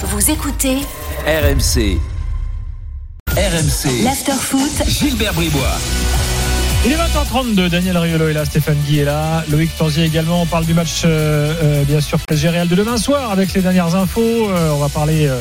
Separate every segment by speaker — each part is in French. Speaker 1: Vous écoutez
Speaker 2: RMC. RMC.
Speaker 1: l'afterfoot
Speaker 2: Gilbert Bribois.
Speaker 3: Il est 20h32, Daniel Riolo est là, Stéphane Guy est là, Loïc Tanzier également. On parle du match, euh, euh, bien sûr, PSG Real de demain soir avec les dernières infos. Euh, on va parler euh,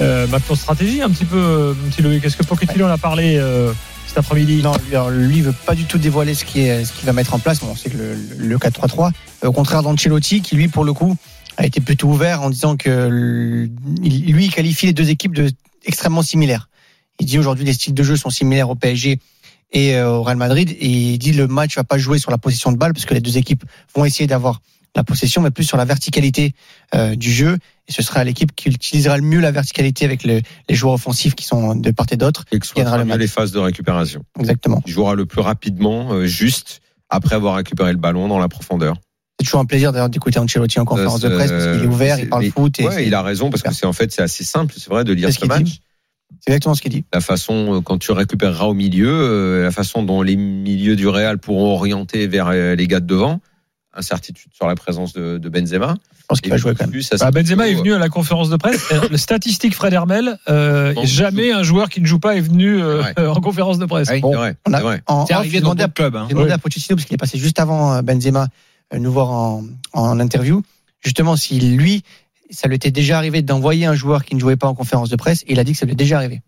Speaker 3: euh, maintenant stratégie un petit peu, euh, mon petit Loïc. Est-ce que Pochettino en a parlé euh, cet après-midi
Speaker 4: Non, lui, alors, lui, il veut pas du tout dévoiler ce qu'il est- ce qu'il va mettre en place. Bon, on sait que le, le 4-3-3, au contraire d'Ancelotti, qui lui, pour le coup, a été plutôt ouvert en disant que l- il- lui, il qualifie les deux équipes de extrêmement similaires. Il dit aujourd'hui les styles de jeu sont similaires au PSG et euh, au Real Madrid. Et il dit le match va pas jouer sur la possession de balle parce que les deux équipes vont essayer d'avoir la possession, mais plus sur la verticalité euh, du jeu. Et ce sera l'équipe qui utilisera le mieux la verticalité avec le- les joueurs offensifs qui sont de part et d'autre.
Speaker 5: et que soit
Speaker 4: Gagnera le
Speaker 5: mieux
Speaker 4: match.
Speaker 5: les phases de récupération.
Speaker 4: Exactement.
Speaker 5: Il jouera le plus rapidement, euh, juste après avoir récupéré le ballon dans la profondeur.
Speaker 4: C'est toujours un plaisir d'ailleurs d'écouter Ancelotti en conférence
Speaker 5: Ça,
Speaker 4: de presse parce qu'il est
Speaker 5: euh,
Speaker 4: ouvert,
Speaker 5: c'est-
Speaker 4: il parle
Speaker 5: mais-
Speaker 4: foot et
Speaker 5: Ouais,
Speaker 4: c'est
Speaker 5: il a raison parce que c'est en fait c'est assez simple, c'est vrai, de lire
Speaker 4: C'est ce
Speaker 5: ce,
Speaker 4: qu'il
Speaker 5: match.
Speaker 4: dit. c'est exactement ce qu'il dit.
Speaker 5: La façon euh, quand tu récupéreras au milieu, euh, la façon dont les milieux du Real pourront orienter vers euh, les gars de devant. Incertitude sur la présence de, de Benzema.
Speaker 4: Je pense qu'il va jouer quand même.
Speaker 5: Plus, ça,
Speaker 3: Bah,
Speaker 5: c'est
Speaker 3: Benzema est
Speaker 5: plutôt,
Speaker 3: venu à la conférence de presse. Euh, Le statistique Fred Hermel, euh,
Speaker 5: Bon,
Speaker 3: jamais un joueur qui ne joue pas est venu euh,
Speaker 5: Ouais.
Speaker 3: euh, en conférence de presse.
Speaker 5: euh,
Speaker 4: Bon,
Speaker 5: c'est vrai,
Speaker 4: on a-
Speaker 5: c'est vrai.
Speaker 4: En,
Speaker 2: C'est arrivé dans
Speaker 4: demandé,
Speaker 2: le
Speaker 4: à,
Speaker 2: club. hein.
Speaker 4: j'ai demandé à Pochettino parce qu'il est passé juste avant euh, Benzema euh, nous voir en, en interview. Justement, si lui, ça lui était déjà arrivé d'envoyer un joueur qui ne jouait pas en conférence de presse, il a dit que ça lui était déjà arrivé.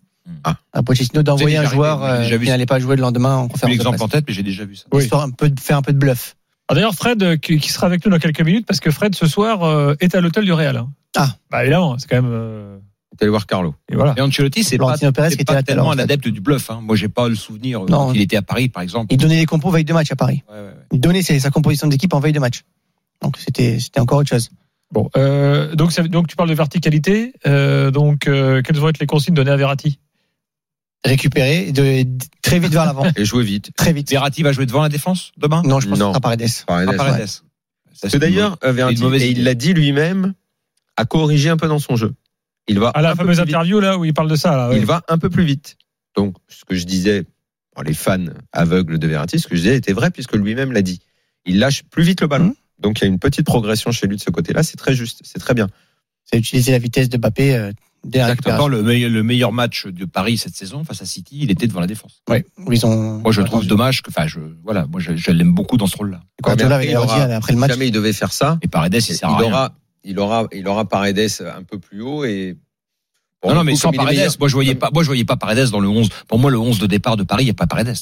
Speaker 2: Ah.
Speaker 4: À Pochettino d'envoyer
Speaker 2: C'est
Speaker 4: un
Speaker 2: déjà
Speaker 4: joueur
Speaker 2: arrivé, on l'a
Speaker 4: euh,
Speaker 2: déjà vu.
Speaker 4: qui n'allait pas jouer le lendemain en
Speaker 2: J'ai
Speaker 4: conférence de presse.
Speaker 2: l'exemple en tête, mais j'ai déjà vu ça.
Speaker 4: Oui. Histoire un peu de faire un peu de bluff.
Speaker 3: Ah, D'ailleurs, Fred, euh, qui qui sera avec nous dans quelques minutes, parce que Fred, ce soir, euh, est à l'hôtel du Real. hein.
Speaker 4: Ah.
Speaker 3: Bah, évidemment, c'est quand même. euh,
Speaker 5: T'es allé voir Carlo.
Speaker 3: et voilà.
Speaker 2: Et Ancelotti, c'est pas,
Speaker 4: Florentino Pérez qui
Speaker 2: c'est
Speaker 4: était
Speaker 2: pas
Speaker 4: là tout à l'heure,
Speaker 2: tellement
Speaker 4: en fait.
Speaker 2: l'adepte du bluff. Hein. Moi, j'ai pas le souvenir euh,
Speaker 4: Non.
Speaker 2: quand il était à Paris, par exemple.
Speaker 4: Il donnait les compos veille de match à Paris.
Speaker 2: Ouais, ouais, ouais.
Speaker 4: Il donnait ses- sa composition d'équipe en veille de match. Donc c'était c'était encore autre chose.
Speaker 3: Bon, euh, donc, ça- donc tu parles de verticalité. euh, donc, euh, quelles vont être les consignes données à Verratti
Speaker 4: récupérer de, de- très vite vers l'avant,
Speaker 5: Et jouer vite.
Speaker 4: très vite.
Speaker 2: Verratti va jouer devant la défense demain
Speaker 4: Non, je pense
Speaker 5: Non.
Speaker 4: que ce sera Paredes.
Speaker 5: Paredes.
Speaker 2: À Paredes. Ça,
Speaker 5: Parce que d'ailleurs, euh, Verratti,
Speaker 2: c'est une mauvaise
Speaker 5: et il
Speaker 2: idée.
Speaker 5: l'a dit lui-même, a corrigé un peu dans son jeu. Il va
Speaker 3: À Ah, la
Speaker 5: un peu
Speaker 3: fameuse
Speaker 5: plus vite.
Speaker 3: interview là où il parle de ça. Là, ouais.
Speaker 5: il va un peu plus vite. Donc, ce que je disais, bon, les fans aveugles de Verratti, ce que je disais était vrai puisque lui-même l'a dit. Il lâche plus vite le
Speaker 3: Hum.
Speaker 5: ballon.
Speaker 4: Mhm.
Speaker 5: Donc, il y a une petite progression chez lui de ce côté-là. C'est très juste. C'est très bien.
Speaker 4: C'est utiliser la vitesse de Mbappé euh, dès la
Speaker 2: Exactement.
Speaker 4: récupération.
Speaker 2: Le meilleur, le meilleur match de Paris cette saison face à City, il était devant la défense.
Speaker 4: Ouais, où ils ont.
Speaker 2: Moi, je le trouve dommage que, enfin, je, voilà, moi, je, je l'aime beaucoup dans ce rôle-là.
Speaker 4: Guardiola
Speaker 5: Ouais,
Speaker 4: avait
Speaker 5: mais
Speaker 4: leur
Speaker 5: après, il
Speaker 4: dit
Speaker 5: aura-
Speaker 4: après le match.
Speaker 5: Jamais il devait faire ça.
Speaker 2: Et Paredes, il sert à
Speaker 5: il
Speaker 2: rien.
Speaker 5: aura, il aura, il aura Paredes un peu plus haut et. Bon,
Speaker 2: non, non,
Speaker 5: du
Speaker 2: mais
Speaker 5: coup,
Speaker 2: sans
Speaker 5: comme il est
Speaker 2: Paredes,
Speaker 5: meilleur-
Speaker 2: moi, je voyais pas, moi, je voyais pas Paredes dans le 11. Pour moi, le 11 de départ de Paris, il n'y a pas Paredes.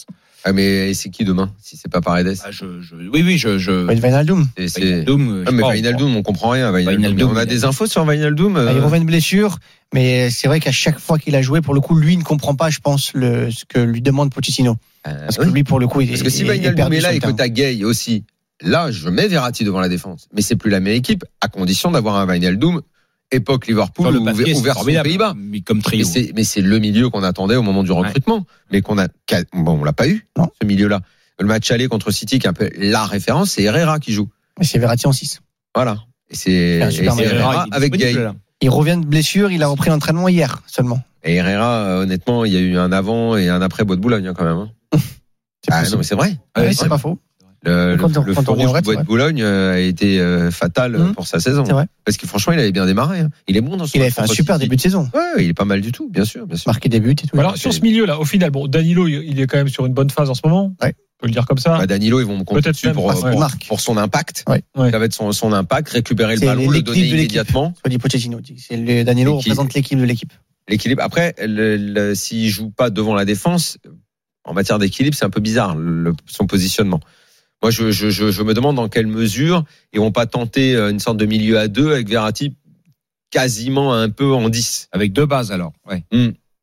Speaker 5: Ah, mais c'est qui demain si c'est pas Paredes
Speaker 2: Ah, je, je- oui, oui, je, je,
Speaker 4: Ouais, Wijnaldum.
Speaker 5: C'est- c'est-
Speaker 2: Wijnaldum, euh,
Speaker 5: Ah,
Speaker 2: je
Speaker 5: mais
Speaker 2: sais pas,
Speaker 5: Vinaldoom, on comprend rien. à Wijnaldum.
Speaker 2: Wijnaldum,
Speaker 5: on a
Speaker 2: il
Speaker 5: des
Speaker 2: a-
Speaker 5: infos sur Vinaldoom. euh,
Speaker 2: Euh.
Speaker 4: Ah, Il revient de blessure, mais c'est vrai qu'à chaque fois qu'il a joué, pour le coup, lui ne comprend pas, je pense, le, ce que lui demande Pochettino. Parce que lui, pour le coup, il
Speaker 5: euh, Ah Parce que si
Speaker 4: il- il
Speaker 5: Wijnaldum
Speaker 4: perdu
Speaker 5: est là
Speaker 4: sur
Speaker 5: et
Speaker 4: le
Speaker 5: que
Speaker 4: terrain.
Speaker 5: t'as Gay aussi, là, je mets Verratti devant la défense. Mais c'est plus la même équipe, à condition d'avoir un Wijnaldum époque Liverpool
Speaker 2: Sur le
Speaker 5: ou
Speaker 2: papier, c'est
Speaker 5: ouvert aux
Speaker 2: formidable,
Speaker 5: Pays-Bas.
Speaker 2: Mais comme
Speaker 5: Mais
Speaker 2: trio.
Speaker 5: c'est, mais c'est le milieu qu'on attendait au moment du recrutement, mais qu'on a, qu'a- bon, on l'a pas eu,
Speaker 4: Non.
Speaker 5: ce milieu-là. Le match aller contre City, qui est un peu la référence, c'est Herrera qui joue.
Speaker 4: Mais c'est Verratti en 6.
Speaker 5: Voilà. Et c'est, et
Speaker 4: un
Speaker 5: c'est
Speaker 4: super
Speaker 2: Herrera,
Speaker 4: milieu.
Speaker 5: Herrera
Speaker 2: il est
Speaker 5: avec
Speaker 2: disponible,
Speaker 5: Gay.
Speaker 2: là.
Speaker 4: Il revient de blessure, il a repris l'entraînement hier seulement.
Speaker 5: Et Herrera, euh, honnêtement, il y a eu un avant et un après Bois de Boulogne, hein, quand même. hein.
Speaker 4: C'est
Speaker 5: Ah,
Speaker 4: possible.
Speaker 5: non, mais c'est vrai.
Speaker 2: Ouais,
Speaker 4: Ouais,
Speaker 2: c'est
Speaker 4: c'est pas faux.
Speaker 5: Le, le,
Speaker 4: Quand on-
Speaker 5: le
Speaker 4: quand
Speaker 5: feu
Speaker 4: on est
Speaker 5: rouge
Speaker 4: vrai,
Speaker 5: du Bois
Speaker 4: c'est
Speaker 5: de
Speaker 4: vrai.
Speaker 5: Boulogne euh, a été euh, fatal
Speaker 4: Mhm.
Speaker 5: pour sa saison.
Speaker 4: C'est vrai.
Speaker 5: Parce que franchement, il avait bien démarré. hein. Il est bon dans son
Speaker 4: Il avait fait un super début de saison.
Speaker 5: Ouais, il est pas mal du tout, bien sûr. Bien sûr.
Speaker 4: Marqué des buts et tout.
Speaker 3: Alors, sur ce milieu là, au final, bon, Danilo, il il est quand même sur une bonne phase en ce moment.
Speaker 4: Ouais.
Speaker 3: On peut le dire comme ça.
Speaker 5: Bah, Danilo, ils vont me compter
Speaker 3: Peut-être
Speaker 5: dessus
Speaker 3: même
Speaker 5: pour,
Speaker 3: parce
Speaker 5: pour,
Speaker 3: qu'il
Speaker 4: marque.
Speaker 5: pour son impact.
Speaker 4: Ouais.
Speaker 3: Ouais.
Speaker 5: Ça va être son, son impact, récupérer le
Speaker 4: C'est
Speaker 5: ballon, le
Speaker 4: l'équilibre
Speaker 5: donner
Speaker 4: de l'équipe.
Speaker 5: immédiatement.
Speaker 4: Soit dit Pochettino. dit. C'est le- Danilo
Speaker 5: L'équipe.
Speaker 4: représente l'équipe de l'équipe.
Speaker 5: L'équilibre. Après, le- le- s'il joue pas devant la défense, en matière d'équilibre, c'est un peu bizarre le- son positionnement. Moi, je, je, je, je me demande dans quelle mesure ils vont pas tenter euh, une sorte de milieu à deux avec Verratti quasiment un peu en 10.
Speaker 2: Avec deux bases, alors. Ouais.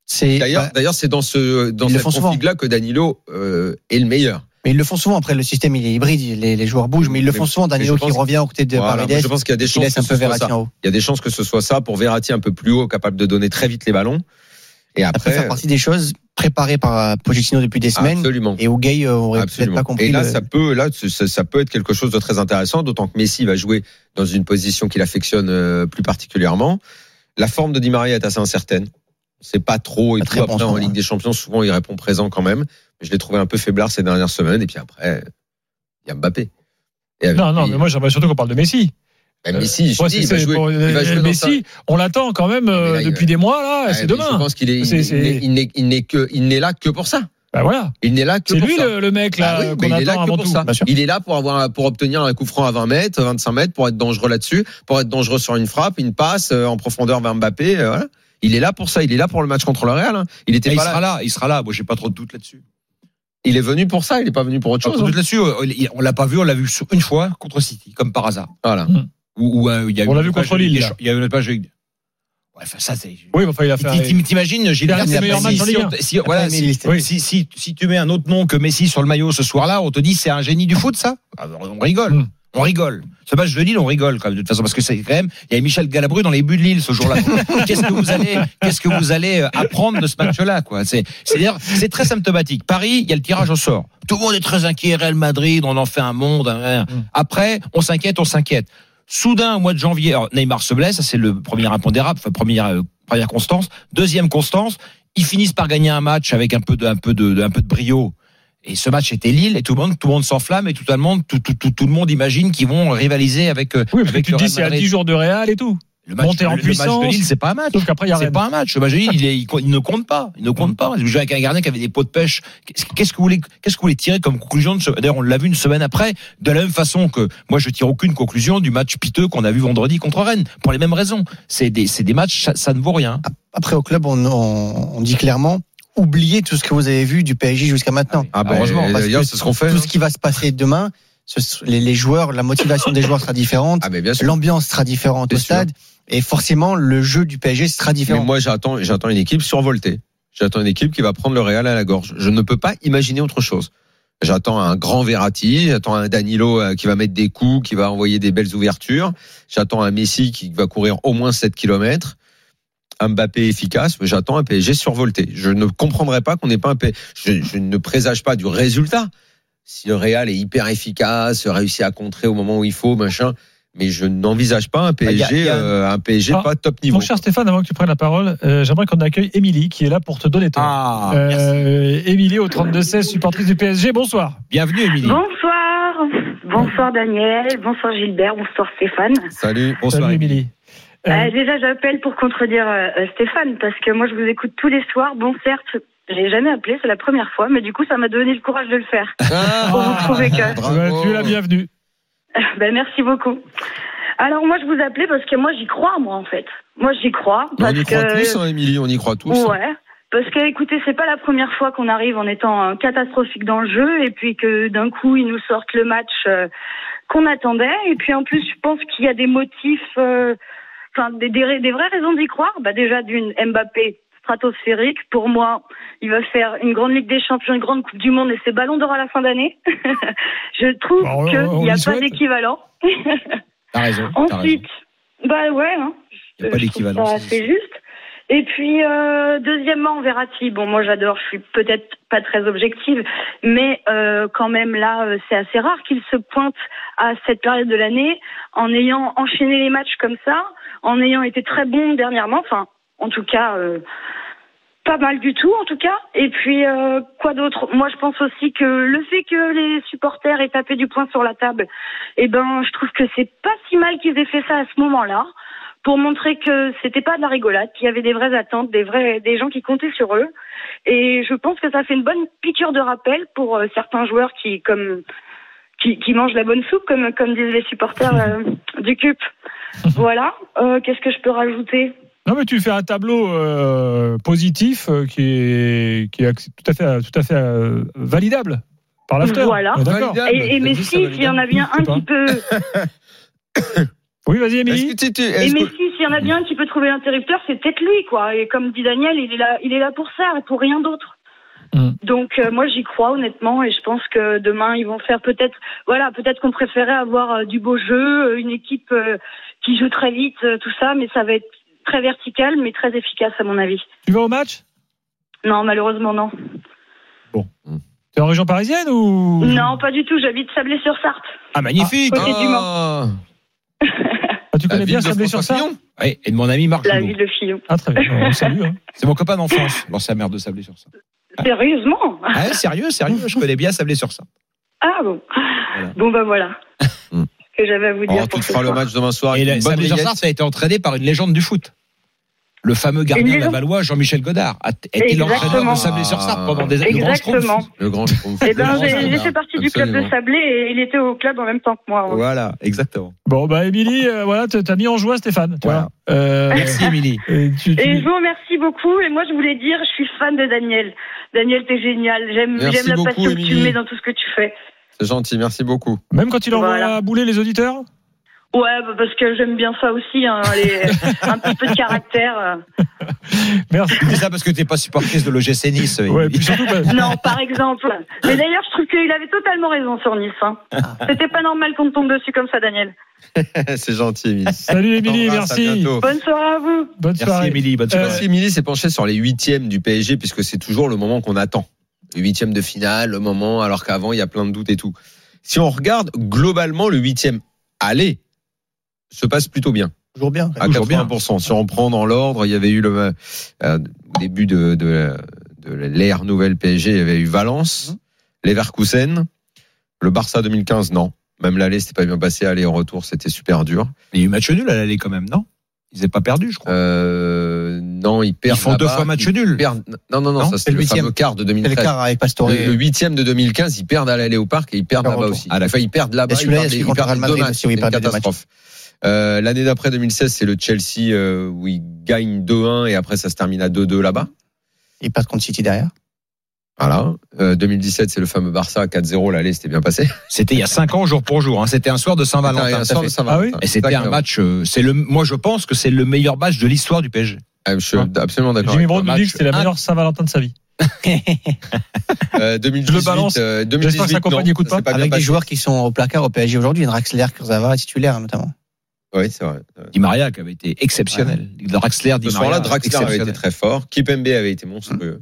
Speaker 4: C'est
Speaker 5: D'ailleurs,
Speaker 4: bah,
Speaker 5: d'ailleurs, c'est dans ce dans
Speaker 4: ils le
Speaker 5: cette
Speaker 4: font souvent.
Speaker 5: config là que Danilo euh, est le meilleur.
Speaker 4: mais Mais ils le font souvent. Après, le système, il est hybride. Les, les joueurs bougent, mais ils le font
Speaker 5: Mais-
Speaker 4: souvent.
Speaker 5: mais je
Speaker 4: Danilo qui
Speaker 5: pense-
Speaker 4: revient aux côtés de
Speaker 5: Voilà,
Speaker 4: Paredes,
Speaker 5: moi, je pense qu'il y a des
Speaker 4: qui
Speaker 5: chances
Speaker 4: laisse
Speaker 5: que
Speaker 4: un
Speaker 5: ce
Speaker 4: peu
Speaker 5: soit
Speaker 4: Verratti
Speaker 5: ça.
Speaker 4: en haut.
Speaker 5: Il y a des chances que ce soit ça pour Verratti un peu plus haut, capable de donner très vite les ballons. Et
Speaker 4: Après,
Speaker 5: après,
Speaker 4: faire partie des choses préparées par euh, Pochettino depuis des semaines.
Speaker 5: absolument.
Speaker 4: Et Ougay euh, aurait peut-être
Speaker 5: Absolument.
Speaker 4: pas compris.
Speaker 5: Et là,
Speaker 4: le-
Speaker 5: ça peut, là, ce- ça, ça peut être quelque chose de très intéressant, d'autant que Messi va jouer dans une position qu'il affectionne euh, plus particulièrement. La forme de Di Maria est assez incertaine. C'est pas trop et
Speaker 4: Pas
Speaker 5: tout.
Speaker 4: très bon
Speaker 5: Après,
Speaker 4: en ce
Speaker 5: en
Speaker 4: moment,
Speaker 5: Ligue
Speaker 4: hein.
Speaker 5: des Champions, souvent il répond présent quand même. Mais je l'ai trouvé un peu faiblard ces dernières semaines. Et puis après, il y a Mbappé. Et avec
Speaker 3: Non, non,
Speaker 5: lui-
Speaker 3: mais moi j'aimerais surtout qu'on parle de Messi.
Speaker 5: Bah, Messi, je
Speaker 3: Moi,
Speaker 5: te dis,
Speaker 3: c'est-
Speaker 5: il va
Speaker 3: c'est
Speaker 5: jouer.
Speaker 3: pour- euh,
Speaker 5: il va jouer dans
Speaker 3: Messi, on l'attend quand même euh,
Speaker 5: Mais là, il-
Speaker 3: depuis des mois là.
Speaker 5: Ouais,
Speaker 3: c'est
Speaker 5: mais Je
Speaker 3: demain.
Speaker 5: pense qu'il est, il
Speaker 3: C'est-
Speaker 5: n'est-
Speaker 3: c'est-
Speaker 5: il n'est- il n'est que, il n'est là que pour ça.
Speaker 3: Bah voilà.
Speaker 5: Il n'est là que
Speaker 3: C'est
Speaker 5: pour
Speaker 3: lui
Speaker 5: ça.
Speaker 3: le, le mec là
Speaker 5: Bah oui, mais
Speaker 3: qu'on
Speaker 5: il est là
Speaker 3: attend
Speaker 5: que
Speaker 3: avant
Speaker 5: pour
Speaker 3: tout.
Speaker 5: ça.
Speaker 4: bien sûr.
Speaker 5: Il est là pour avoir, pour obtenir un coup franc à 20 mètres, 25 mètres, pour être dangereux là-dessus, pour être dangereux sur une frappe, une passe euh, en profondeur vers Mbappé. euh, voilà. Il est là pour ça. Il est là pour le match contre le Real. hein. Il était
Speaker 2: il
Speaker 5: pas là.
Speaker 2: sera là, il sera là. Moi, j'ai pas trop de doute là-dessus.
Speaker 5: Il est venu pour ça. Il n'est pas venu pour autre
Speaker 2: Pas
Speaker 5: chose.
Speaker 2: trop de
Speaker 5: hein.
Speaker 2: doute là-dessus. euh, il- On l'a pas vu, on l'a vu sur une fois contre City, comme par hasard.
Speaker 5: Voilà.
Speaker 2: Où- où, euh, il y a
Speaker 3: On
Speaker 2: eu
Speaker 3: l'a
Speaker 2: une
Speaker 3: vu
Speaker 2: page
Speaker 3: contre
Speaker 2: de Ligue
Speaker 3: Lille,
Speaker 2: des
Speaker 3: là.
Speaker 2: Cha- Il y a eu une page. de Ligue des- Ouais, enfin, ça c'est.
Speaker 3: Oui, mais enfin il a fait.
Speaker 2: T'im-
Speaker 3: un-
Speaker 2: t'im- T'imagines, Gilles
Speaker 3: Il a fait
Speaker 2: Garcia,
Speaker 3: le meilleur
Speaker 2: si-
Speaker 3: match
Speaker 2: si
Speaker 3: en Ligue
Speaker 2: on-
Speaker 3: un.
Speaker 2: si- voilà,
Speaker 4: Après,
Speaker 2: si-
Speaker 4: Messi,
Speaker 3: oui.
Speaker 2: si, si- si tu mets un autre nom que Messi sur le maillot ce soir-là, on te dit c'est un génie du foot, ça Ah, On rigole.
Speaker 3: Mm.
Speaker 2: On rigole. Ce match de Lille, on rigole quand même, de toute façon, parce que c'est quand même, il y a Michel Galabru dans les buts de Lille ce jour-là. qu'est-ce que vous allez, qu'est-ce que vous allez euh, apprendre de ce match-là, quoi C'est, c'est-à-dire, c'est très symptomatique. Paris, il y a le tirage au sort. Tout le monde est très inquiet. Real Madrid, on en fait un monde. hein.
Speaker 3: Mm.
Speaker 2: Après, on s'inquiète, on s'inquiète. Soudain, au mois de janvier, alors, Neymar se blesse, ça, c'est le premier impondérable, enfin, première, euh, première constance. Deuxième constance, ils finissent par gagner un match avec un peu de, un peu de, de- un peu de brio. Et ce match était Lille et tout le monde, tout le monde s'enflamme et tout le monde, tout, tout, tout, tout le monde imagine qu'ils vont rivaliser avec. euh,
Speaker 3: Oui, parce que
Speaker 2: avec
Speaker 3: tu
Speaker 2: le
Speaker 3: te dis
Speaker 2: Real
Speaker 3: c'est à
Speaker 2: Madrid.
Speaker 3: 10 jours de Real et tout.
Speaker 2: Le match,
Speaker 3: monter en
Speaker 2: le- le match
Speaker 3: puissance.
Speaker 2: de Lille, c'est pas un match.
Speaker 3: Sauf qu'après il y a
Speaker 2: C'est
Speaker 3: Rennes.
Speaker 2: pas un match. Le match de Lille, il, est- il co- il ne compte pas. Il ne compte pas. J'ai joué avec un gardien qui avait des pots de pêche. Qu'est-ce- Qu'est-ce que vous voulez, qu'est-ce que vous voulez tirer comme conclusion de ce, d'ailleurs, on l'a vu une semaine après, de la même façon que moi, je tire aucune conclusion du match piteux qu'on a vu vendredi contre Rennes. Pour les mêmes raisons. C'est des, c'est des matchs, ça, ça ne vaut rien.
Speaker 4: Après, au club, on, on- on dit clairement oubliez tout ce que vous avez vu du PSG jusqu'à maintenant.
Speaker 5: Ah, bah,
Speaker 4: Ouais,
Speaker 5: heureusement.
Speaker 4: parce
Speaker 5: D'ailleurs,
Speaker 4: que
Speaker 5: c'est ce qu'on fait.
Speaker 4: Tout
Speaker 5: hein.
Speaker 4: ce qui va se passer demain, ce- les, les joueurs, la motivation des joueurs sera différente,
Speaker 5: Ah, mais bien sûr.
Speaker 4: l'ambiance sera différente au
Speaker 5: C'est sûr.
Speaker 4: stade, et forcément, le jeu du PSG sera
Speaker 5: Mais
Speaker 4: différent.
Speaker 5: moi, j'attends, j'attends une équipe survoltée. J'attends une équipe qui va prendre le Real à la gorge. Je ne peux pas imaginer autre chose. J'attends un grand Verratti, j'attends un Danilo euh, qui va mettre des coups, qui va envoyer des belles ouvertures. J'attends un Messi qui va courir au moins 7 km. Un Mbappé efficace, mais j'attends un PSG survolté. Je ne comprendrai pas qu'on n'ait pas un PSG. Je, je ne présage pas du résultat. Si le Real est hyper efficace, réussit à contrer au moment où il faut, machin, mais je n'envisage pas un
Speaker 2: Bah, y
Speaker 5: PSG,
Speaker 2: a- il y a-
Speaker 5: euh, un PSG
Speaker 3: Ah,
Speaker 5: pas top niveau.
Speaker 3: Mon cher Stéphane, avant que tu prennes la parole, euh, j'aimerais qu'on accueille Émilie qui est là pour te donner ton.
Speaker 2: Ah,
Speaker 3: Euh, Émilie au 32-16, supportrice du PSG, bonsoir.
Speaker 2: Bienvenue, Émilie.
Speaker 6: Bonsoir, bonsoir Daniel, bonsoir Gilbert, bonsoir Stéphane.
Speaker 5: Salut.
Speaker 2: Bonsoir,
Speaker 3: Salut
Speaker 2: Émilie.
Speaker 3: Émilie. Euh,
Speaker 6: Euh, déjà, j'appelle pour contredire euh, euh, Stéphane parce que moi, je vous écoute tous les soirs. Bon, certes, j'ai jamais appelé, c'est la première fois, mais du coup, ça m'a donné le courage de le faire. Pour
Speaker 5: Ah,
Speaker 6: vous prouver que.
Speaker 5: Bravo.
Speaker 3: Ah. tu es la bienvenue.
Speaker 6: ben, merci beaucoup. Alors, moi, je vous appelais parce que moi, j'y crois, moi, en fait. Moi, j'y crois
Speaker 5: Mais
Speaker 6: parce
Speaker 5: on y croit
Speaker 6: que.
Speaker 5: tous, hein, Émilie, on y croit tous. hein.
Speaker 6: Ouais. Parce que, écoutez, c'est pas la première fois qu'on arrive en étant euh, catastrophique dans le jeu et puis que d'un coup, ils nous sortent le match euh, qu'on attendait. Et puis, en plus, je pense qu'il y a des motifs, euh, enfin, des, des, ra- des vraies raisons d'y croire. Bah, déjà, d'une Mbappé stratosphérique. Pour moi, il va faire une grande Ligue des Champions, une grande Coupe du Monde et ses ballons d'or à la fin d'année. je trouve
Speaker 3: Bah, on- on
Speaker 6: qu'il n'y a
Speaker 3: lui
Speaker 6: pas
Speaker 3: souhaite.
Speaker 6: d'équivalent.
Speaker 2: T'as raison. t'as raison.
Speaker 6: Ensuite, bah ouais, hein.
Speaker 2: Il
Speaker 6: Je
Speaker 2: y a pas
Speaker 6: trouve
Speaker 2: d'équivalent,
Speaker 6: ça
Speaker 2: c'est
Speaker 6: assez juste. Et puis, euh, deuxièmement, Verratti. Bon, moi, j'adore. Je suis peut-être pas très objective, mais euh, quand même là, euh, c'est assez rare qu'il se pointe à cette période de l'année en ayant enchaîné les matchs comme ça, en ayant été très bon dernièrement. Enfin, en tout cas. euh, pas mal du tout en tout cas. Et puis euh, quoi d'autre Moi je pense aussi que le fait que les supporters aient tapé du poing sur la table, eh ben je trouve que c'est pas si mal qu'ils aient fait ça à ce moment-là pour montrer que c'était pas de la rigolade, qu'il y avait des vraies attentes, des vrais des gens qui comptaient sur eux et je pense que ça fait une bonne piqûre de rappel pour euh, certains joueurs qui comme qui, qui mangent la bonne soupe comme comme disent les supporters euh, du CUP. Voilà, Euh, qu'est-ce que je peux rajouter
Speaker 3: Non, mais tu fais un tableau euh, positif euh, qui est, qui est acc- tout à fait, euh, tout à fait euh, validable par l'after.
Speaker 6: Voilà.
Speaker 3: Ah, d'accord.
Speaker 5: Validable.
Speaker 6: Et, et
Speaker 5: T'as dit
Speaker 6: Messi,
Speaker 5: ça, validable.
Speaker 6: s'il y en a bien
Speaker 3: Je
Speaker 6: un
Speaker 3: sais pas.
Speaker 6: qui peut
Speaker 3: Oui, vas-y,
Speaker 5: Est-ce
Speaker 3: Émilie.
Speaker 5: que tu- tu-
Speaker 6: Et
Speaker 5: est-ce que-
Speaker 6: Messi, s'il y en a bien un qui peut trouver l'interrupteur, c'est peut-être lui, quoi. Et comme dit Daniel, il est là, il est là pour ça, et pour rien d'autre.
Speaker 3: Mm.
Speaker 6: Donc euh, moi j'y crois honnêtement et je pense que demain ils vont faire peut-être voilà peut-être qu'on préférait avoir euh, du beau jeu, euh, une équipe euh, qui joue très vite, euh, tout ça, mais ça va être très vertical mais très efficace à mon avis.
Speaker 3: Tu vas au match
Speaker 6: Non malheureusement non.
Speaker 3: T'es en région parisienne ou
Speaker 6: Non pas du tout. J'habite Sablé-sur-Sarthe.
Speaker 2: Ah, magnifique
Speaker 6: Côté du Mans.
Speaker 3: Ah, Tu
Speaker 5: la
Speaker 3: connais
Speaker 5: ville
Speaker 3: bien
Speaker 5: de
Speaker 3: sablé sur
Speaker 5: François
Speaker 3: sarthe
Speaker 5: Fillon
Speaker 2: Ouais, Et de mon ami Marc
Speaker 6: La
Speaker 2: Joulot.
Speaker 6: ville de Fillon.
Speaker 3: Ah très bien, on le salue. hein.
Speaker 2: C'est mon copain d'enfance, l'ancien maire de Sablé-sur-Sarthe.
Speaker 6: Sérieusement
Speaker 2: Ah, ouais, sérieux, sérieux, je connais bien Sablé-sur-Sarthe.
Speaker 6: Ah bon. Bon bah voilà.
Speaker 5: Mm.
Speaker 6: Ce que j'avais à vous dire
Speaker 5: Oh,
Speaker 6: pour
Speaker 5: tu te
Speaker 6: ce
Speaker 5: feras le
Speaker 6: soir.
Speaker 5: match demain soir.
Speaker 2: Et
Speaker 5: avec
Speaker 2: la-
Speaker 5: une bonne
Speaker 2: Sablé-sur-Sarthe,
Speaker 5: rillette.
Speaker 2: ça a été entraîné par une légende du foot. Le fameux
Speaker 6: Une
Speaker 2: gardien
Speaker 6: légende.
Speaker 2: lavallois Jean-Michel Godard a t- été
Speaker 6: Exactement.
Speaker 2: l'entraîneur de Sablé-sur-Sarthe pendant des années.
Speaker 6: Exactement.
Speaker 5: Le grand
Speaker 6: Eh ben,
Speaker 5: Le grand
Speaker 6: j'ai j'ai
Speaker 5: Sablé.
Speaker 6: fait partie du club de
Speaker 5: Absolument.
Speaker 6: Sablé et il était au club en même temps que moi. ouais.
Speaker 2: Voilà, exactement.
Speaker 3: Bon bah Émilie, euh, voilà, t- t'as mis en joie Stéphane. Tu
Speaker 2: Voilà.
Speaker 3: vois. Euh,
Speaker 2: Merci, Émilie.
Speaker 3: et tu- tu-
Speaker 6: Et je vous remercie beaucoup. Et moi, je voulais dire, je suis fan de Daniel. Daniel, t'es génial. J'aime,
Speaker 5: Merci
Speaker 6: j'aime la
Speaker 5: beaucoup,
Speaker 6: passion que tu
Speaker 5: Émilie.
Speaker 6: mets dans tout ce que tu fais.
Speaker 5: C'est gentil, merci beaucoup.
Speaker 3: Même quand il envoie
Speaker 6: Voilà.
Speaker 3: à bouler les auditeurs
Speaker 6: Ouais, bah, parce que j'aime bien ça aussi, hein, les- un petit peu de caractère. euh.
Speaker 3: Merci.
Speaker 2: Tu dis ça parce que t'es pas supportrice de l'OGC Nice.
Speaker 3: Ouais,
Speaker 2: Émilie.
Speaker 3: puis surtout, bah,
Speaker 6: Non, par exemple. Mais d'ailleurs, je trouve qu'il avait totalement raison sur Nice. hein.
Speaker 2: Ah.
Speaker 6: C'était pas normal qu'on te tombe dessus comme ça, Daniel.
Speaker 5: c'est gentil, Émilie.
Speaker 3: salut Émilie,
Speaker 5: T'embrasse, à
Speaker 3: merci.
Speaker 5: bientôt.
Speaker 6: Bonne soirée à vous.
Speaker 3: Bonne
Speaker 2: Merci,
Speaker 3: soirée.
Speaker 2: Émilie. Bonne
Speaker 3: Euh,
Speaker 2: soirée.
Speaker 5: Merci, Émilie s'est penchée sur les huitièmes du PSG, puisque c'est toujours le moment qu'on attend. Le huitième de finale, le moment, alors qu'avant, il y a plein de doutes et tout. Si on regarde globalement, le huitième aller se passe plutôt bien.
Speaker 4: Toujours bien.
Speaker 5: à
Speaker 2: Bah, Toujours bien.
Speaker 5: 80%. Si on prend dans l'ordre, il y avait eu le euh, au début de, de, de l'ère nouvelle PSG, il y avait eu
Speaker 2: Mhm.
Speaker 5: Valence, Leverkusen, le Barça 2015, non. Même l'aller, c'était pas bien passé. Aller en retour, c'était super dur.
Speaker 2: Il y a eu match nul à l'aller quand même, non Ils n'avaient pas perdu, je crois.
Speaker 5: Euh, non, ils
Speaker 2: Ils
Speaker 5: perdent.
Speaker 2: font deux
Speaker 5: là-bas,
Speaker 2: fois match
Speaker 5: ils
Speaker 2: nul.
Speaker 5: perdent- Non, non, non,
Speaker 2: Non,
Speaker 5: ça
Speaker 2: c'est
Speaker 5: c'était
Speaker 2: le
Speaker 5: le, fameux
Speaker 2: huitième.
Speaker 5: quart de
Speaker 4: C'est
Speaker 5: 2013.
Speaker 4: l'écart avec Pastore.
Speaker 5: Le, le huitième de 2015, ils perdent à l'aller au parc et ils perdent
Speaker 4: Leur
Speaker 5: là-bas
Speaker 4: retour.
Speaker 5: aussi. Enfin, ils perdent
Speaker 4: Et
Speaker 5: là-bas. Ils
Speaker 4: celui-là,
Speaker 5: perdent,
Speaker 4: il y a
Speaker 5: ils
Speaker 4: celui contre
Speaker 5: perdent
Speaker 4: Real
Speaker 5: deux
Speaker 4: Madrid
Speaker 5: matchs.
Speaker 4: aussi où ils
Speaker 5: C'est une
Speaker 4: perdent les deux
Speaker 5: catastrophe. Euh, L'année d'après 2016, c'est le Chelsea euh, où ils gagnent 2-1 et après ça se termine à 2-2 là-bas.
Speaker 4: Il passe contre City derrière.
Speaker 5: Voilà. Euh, 2017, c'est le fameux Barça 4-0. L'aller, c'était bien passé.
Speaker 2: C'était il y a cinq ans, jour pour jour. hein. C'était un soir de
Speaker 5: C'était un
Speaker 2: Saint-Valentin.
Speaker 5: soir de Saint-Valentin.
Speaker 3: Ah oui
Speaker 2: Et c'était un
Speaker 5: Exactement.
Speaker 2: match. euh, C'est le. Moi, je pense que c'est le meilleur match de l'histoire du PSG.
Speaker 5: Ah, Je suis absolument d'accord.
Speaker 3: Jimmy
Speaker 5: avec toi.
Speaker 3: Brown nous dit que c'était la meilleure Saint-Valentin de sa vie.
Speaker 5: Euh, 2018,
Speaker 3: Je le balance.
Speaker 5: euh,
Speaker 3: J'espère que
Speaker 5: 2018,
Speaker 3: sa compagne
Speaker 5: non,
Speaker 3: n'écoute pas.
Speaker 5: c'est pas bien
Speaker 4: Avec des
Speaker 5: passé.
Speaker 4: joueurs qui sont au placard au PSG aujourd'hui, Draxler, Kurzawa, titulaire notamment.
Speaker 5: Oui, c'est vrai. Euh,
Speaker 2: Di Maria qui avait été exceptionnel. Draxler, Di
Speaker 5: Ce
Speaker 2: Maria.
Speaker 5: soir-là, Draxler avait été
Speaker 2: exceptionnel.
Speaker 5: très fort. Kipembe avait été monstrueux.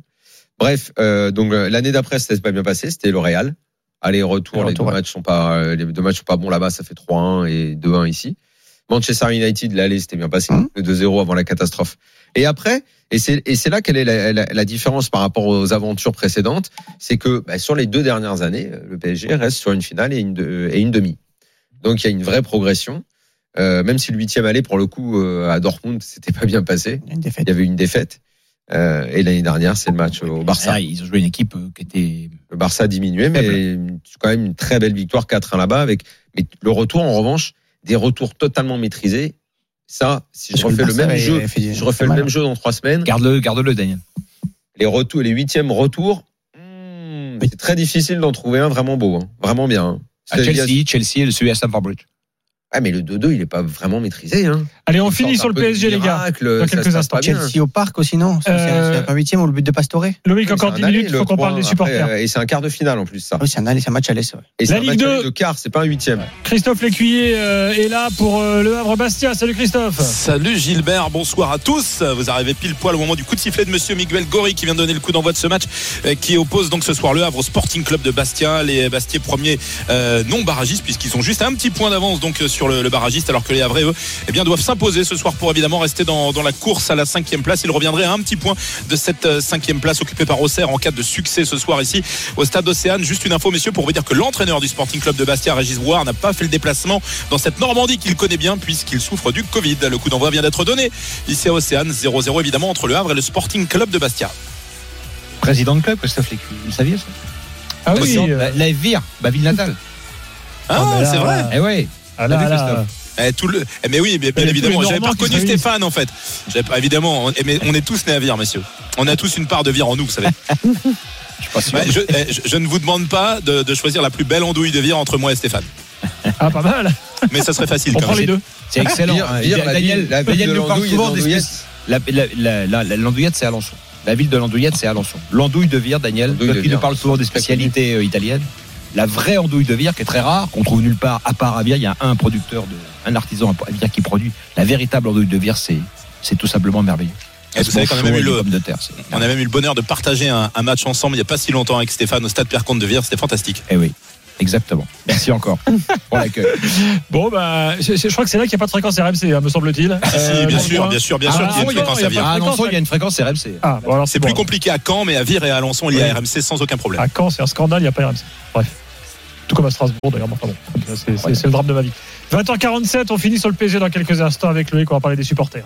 Speaker 5: Bref, euh, donc euh, l'année d'après, c'était pas bien passé. C'était le Real. Aller-retour, les,
Speaker 4: Aller-retour,
Speaker 5: deux
Speaker 4: ouais.
Speaker 5: matchs sont pas, euh, les deux matchs sont pas bons là-bas. Ça fait 3-1 et 2-1 ici. Manchester United, l'aller, c'était bien passé.
Speaker 4: Mhm.
Speaker 5: Le 2-0 avant la catastrophe. Et après, et c'est et c'est là quelle est la, la- la différence par rapport aux aventures précédentes, c'est que bah, sur les deux dernières années, euh, le PSG reste sur une finale et une, de- et une demi. Donc il y a une vraie progression. Euh, même si le huitième aller pour le coup euh, à Dortmund, c'était pas bien passé.
Speaker 4: Il y a une défaite.
Speaker 5: Il y avait une défaite. Euh, et l'année dernière, c'est le match au Barça.
Speaker 2: Ah, ils ont joué une équipe euh, qui était.
Speaker 5: Le Barça a diminué, mais c'est quand même une très belle victoire 4-1 là-bas. Avec mais le retour, en revanche, des retours totalement maîtrisés. Ça, si je
Speaker 4: Parce que
Speaker 5: refais le
Speaker 4: Barça
Speaker 5: même
Speaker 4: avait-
Speaker 5: jeu,
Speaker 4: avait fait-
Speaker 5: si je refais
Speaker 4: fait
Speaker 5: le
Speaker 4: mal,
Speaker 5: même
Speaker 4: hein.
Speaker 5: jeu dans trois semaines,
Speaker 2: Garde-le, garde-le, Daniel.
Speaker 5: les retours, les huitièmes retours, hmm, c'est très difficile d'en trouver un vraiment beau, hein. vraiment bien. hein.
Speaker 2: À
Speaker 5: C'est-
Speaker 2: Chelsea, Chelsea et celui à Stamford Bridge.
Speaker 5: Ah, mais le 2-2, il est pas vraiment maîtrisé. Hein.
Speaker 3: Allez, on
Speaker 5: Ils
Speaker 3: finit
Speaker 5: sortent
Speaker 3: sur
Speaker 5: un
Speaker 3: le
Speaker 5: peu du
Speaker 3: PSG, les gars.
Speaker 5: miracle,
Speaker 3: dans
Speaker 5: ça se
Speaker 3: quelques
Speaker 5: passe pas
Speaker 3: instants.
Speaker 5: bien.
Speaker 4: Chelsea au parc aussi, non C'est-
Speaker 3: Euh,
Speaker 4: C'est un huitième ou le but de Pastore Ah Oui,
Speaker 3: Lomique, encore
Speaker 5: C'est
Speaker 3: 10
Speaker 5: un
Speaker 3: minutes,
Speaker 5: aller,
Speaker 3: il faut
Speaker 5: le
Speaker 3: qu'on parle des
Speaker 5: 3-1 après,
Speaker 3: supporters.
Speaker 5: euh, Et c'est un quart de finale en plus, ça.
Speaker 4: c'est un aller, c'est un match à l'aise. ouais.
Speaker 5: Et c'est
Speaker 3: La
Speaker 5: un
Speaker 3: Ligue
Speaker 5: match aller
Speaker 3: 2.
Speaker 5: de quart, c'est pas un huitième.
Speaker 3: Christophe Lécuyer euh, est là pour euh, le Havre-Bastia. Salut Christophe.
Speaker 7: Salut Gilbert, bonsoir à tous. Vous arrivez pile poil au moment du coup de sifflet de Monsieur Miguel Gori qui vient de donner le coup d'envoi de ce match euh, qui oppose donc ce soir le Havre au Sporting Club de Bastia. Les Bastiais premiers euh, non barragistes puisqu'ils sont juste à un petit point d'avance donc euh, sur le, le barragiste alors que les Havrais eux eh bien doivent s'imposer ce soir pour évidemment rester dans, dans la course à la cinquième place. Ils reviendraient à un petit point de cette euh, cinquième place occupée par Auxerre en cas de succès ce soir ici au stade Océane. Juste une info messieurs pour vous dire que l'entraîneur du Sporting Club de Bastia, Régis Brouard, n'a pas fait le déplacement dans cette Normandie qu'il connaît bien puisqu'il souffre du Covid. Le coup d'envoi vient d'être donné ici à Océane 0-0 évidemment entre le Havre et le Sporting Club de Bastia.
Speaker 2: Président de club, Christophe Lécu. Vous le saviez, ça
Speaker 3: Ah oui.
Speaker 2: Président de
Speaker 3: euh,
Speaker 2: Bah, La, la Vire, ma ville natale.
Speaker 7: Ah,
Speaker 3: mais là,
Speaker 7: c'est vrai.
Speaker 2: Eh ouais.
Speaker 3: ah
Speaker 2: T'as
Speaker 3: là,
Speaker 2: vu,
Speaker 3: là.
Speaker 2: Christophe
Speaker 7: Eh, tout le... eh, mais oui, mais bien
Speaker 3: Il y a tous
Speaker 7: évidemment,
Speaker 3: les
Speaker 7: j'avais pas
Speaker 3: Normands qui
Speaker 7: reconnu
Speaker 3: se réunissent.
Speaker 7: Stéphane en fait. J'avais pas- évidemment, on... eh, mais on est tous nés à Vire, messieurs. On a tous une part de Vire en nous, vous savez.
Speaker 2: Je suis pas sûr.
Speaker 7: Ouais, je, eh, je- je ne vous demande pas de, de choisir la plus belle andouille de Vire entre moi et Stéphane,
Speaker 3: Ah, pas mal.
Speaker 7: mais ça serait facile.
Speaker 3: On
Speaker 7: quand
Speaker 3: prend
Speaker 7: même.
Speaker 3: les deux.
Speaker 2: C'est excellent.
Speaker 5: Vire, Vire, la ville-
Speaker 2: Daniel,
Speaker 5: la ville
Speaker 2: Daniel
Speaker 5: de
Speaker 2: nous parle
Speaker 5: l'andouille et
Speaker 2: souvent
Speaker 5: de
Speaker 2: des
Speaker 5: l'andouillette.
Speaker 2: spécificités. La- la- la- la- la- L'andouillette, c'est Alençon. La ville de l'andouillette, c'est Alençon. L'andouille de Vire, Daniel,
Speaker 5: L'andouille
Speaker 2: toi
Speaker 5: de
Speaker 2: qui nous
Speaker 5: Vire.
Speaker 2: parle souvent des spécialités euh, italiennes. La vraie andouille de Vire, qui est très rare, qu'on trouve nulle part à part à Vire, il y a un producteur, de, un artisan à Vire qui produit. La véritable andouille de Vire, c'est, c'est tout simplement merveilleux.
Speaker 7: Et vous savez qu'on a même eu le-
Speaker 2: de terre. c'est-
Speaker 7: On a même eu le bonheur de partager un, un match ensemble il n'y a pas si longtemps avec Stéphane au stade Pierre-Comte de Vire, c'était fantastique.
Speaker 2: Eh oui, exactement. Merci encore pour l'accueil.
Speaker 3: Bon, bah, je, je crois que c'est là qu'il n'y a pas de fréquence RMC, hein, me semble-t-il.
Speaker 7: si,
Speaker 2: Euh,
Speaker 7: bien sûr, bien sûr, bien sûr
Speaker 3: Ah,
Speaker 7: qu'il y a une
Speaker 3: oui,
Speaker 7: fréquence
Speaker 3: il y a
Speaker 7: à Vire.
Speaker 2: À Alençon, il y a une fréquence RMC.
Speaker 3: Ah, bon, alors
Speaker 7: C'est plus compliqué à Caen, mais à Vire et à Alençon, il y a RMC sans aucun problème.
Speaker 3: À Caen, c'est un scandale, il n'y a pas RMC. Bref. Tout comme à Strasbourg, d'ailleurs. mais Enfin bon, c'est- c'est c'est le drame de ma vie. 20h47, on finit sur le PSG dans quelques instants avec Loïc, on va parler des supporters.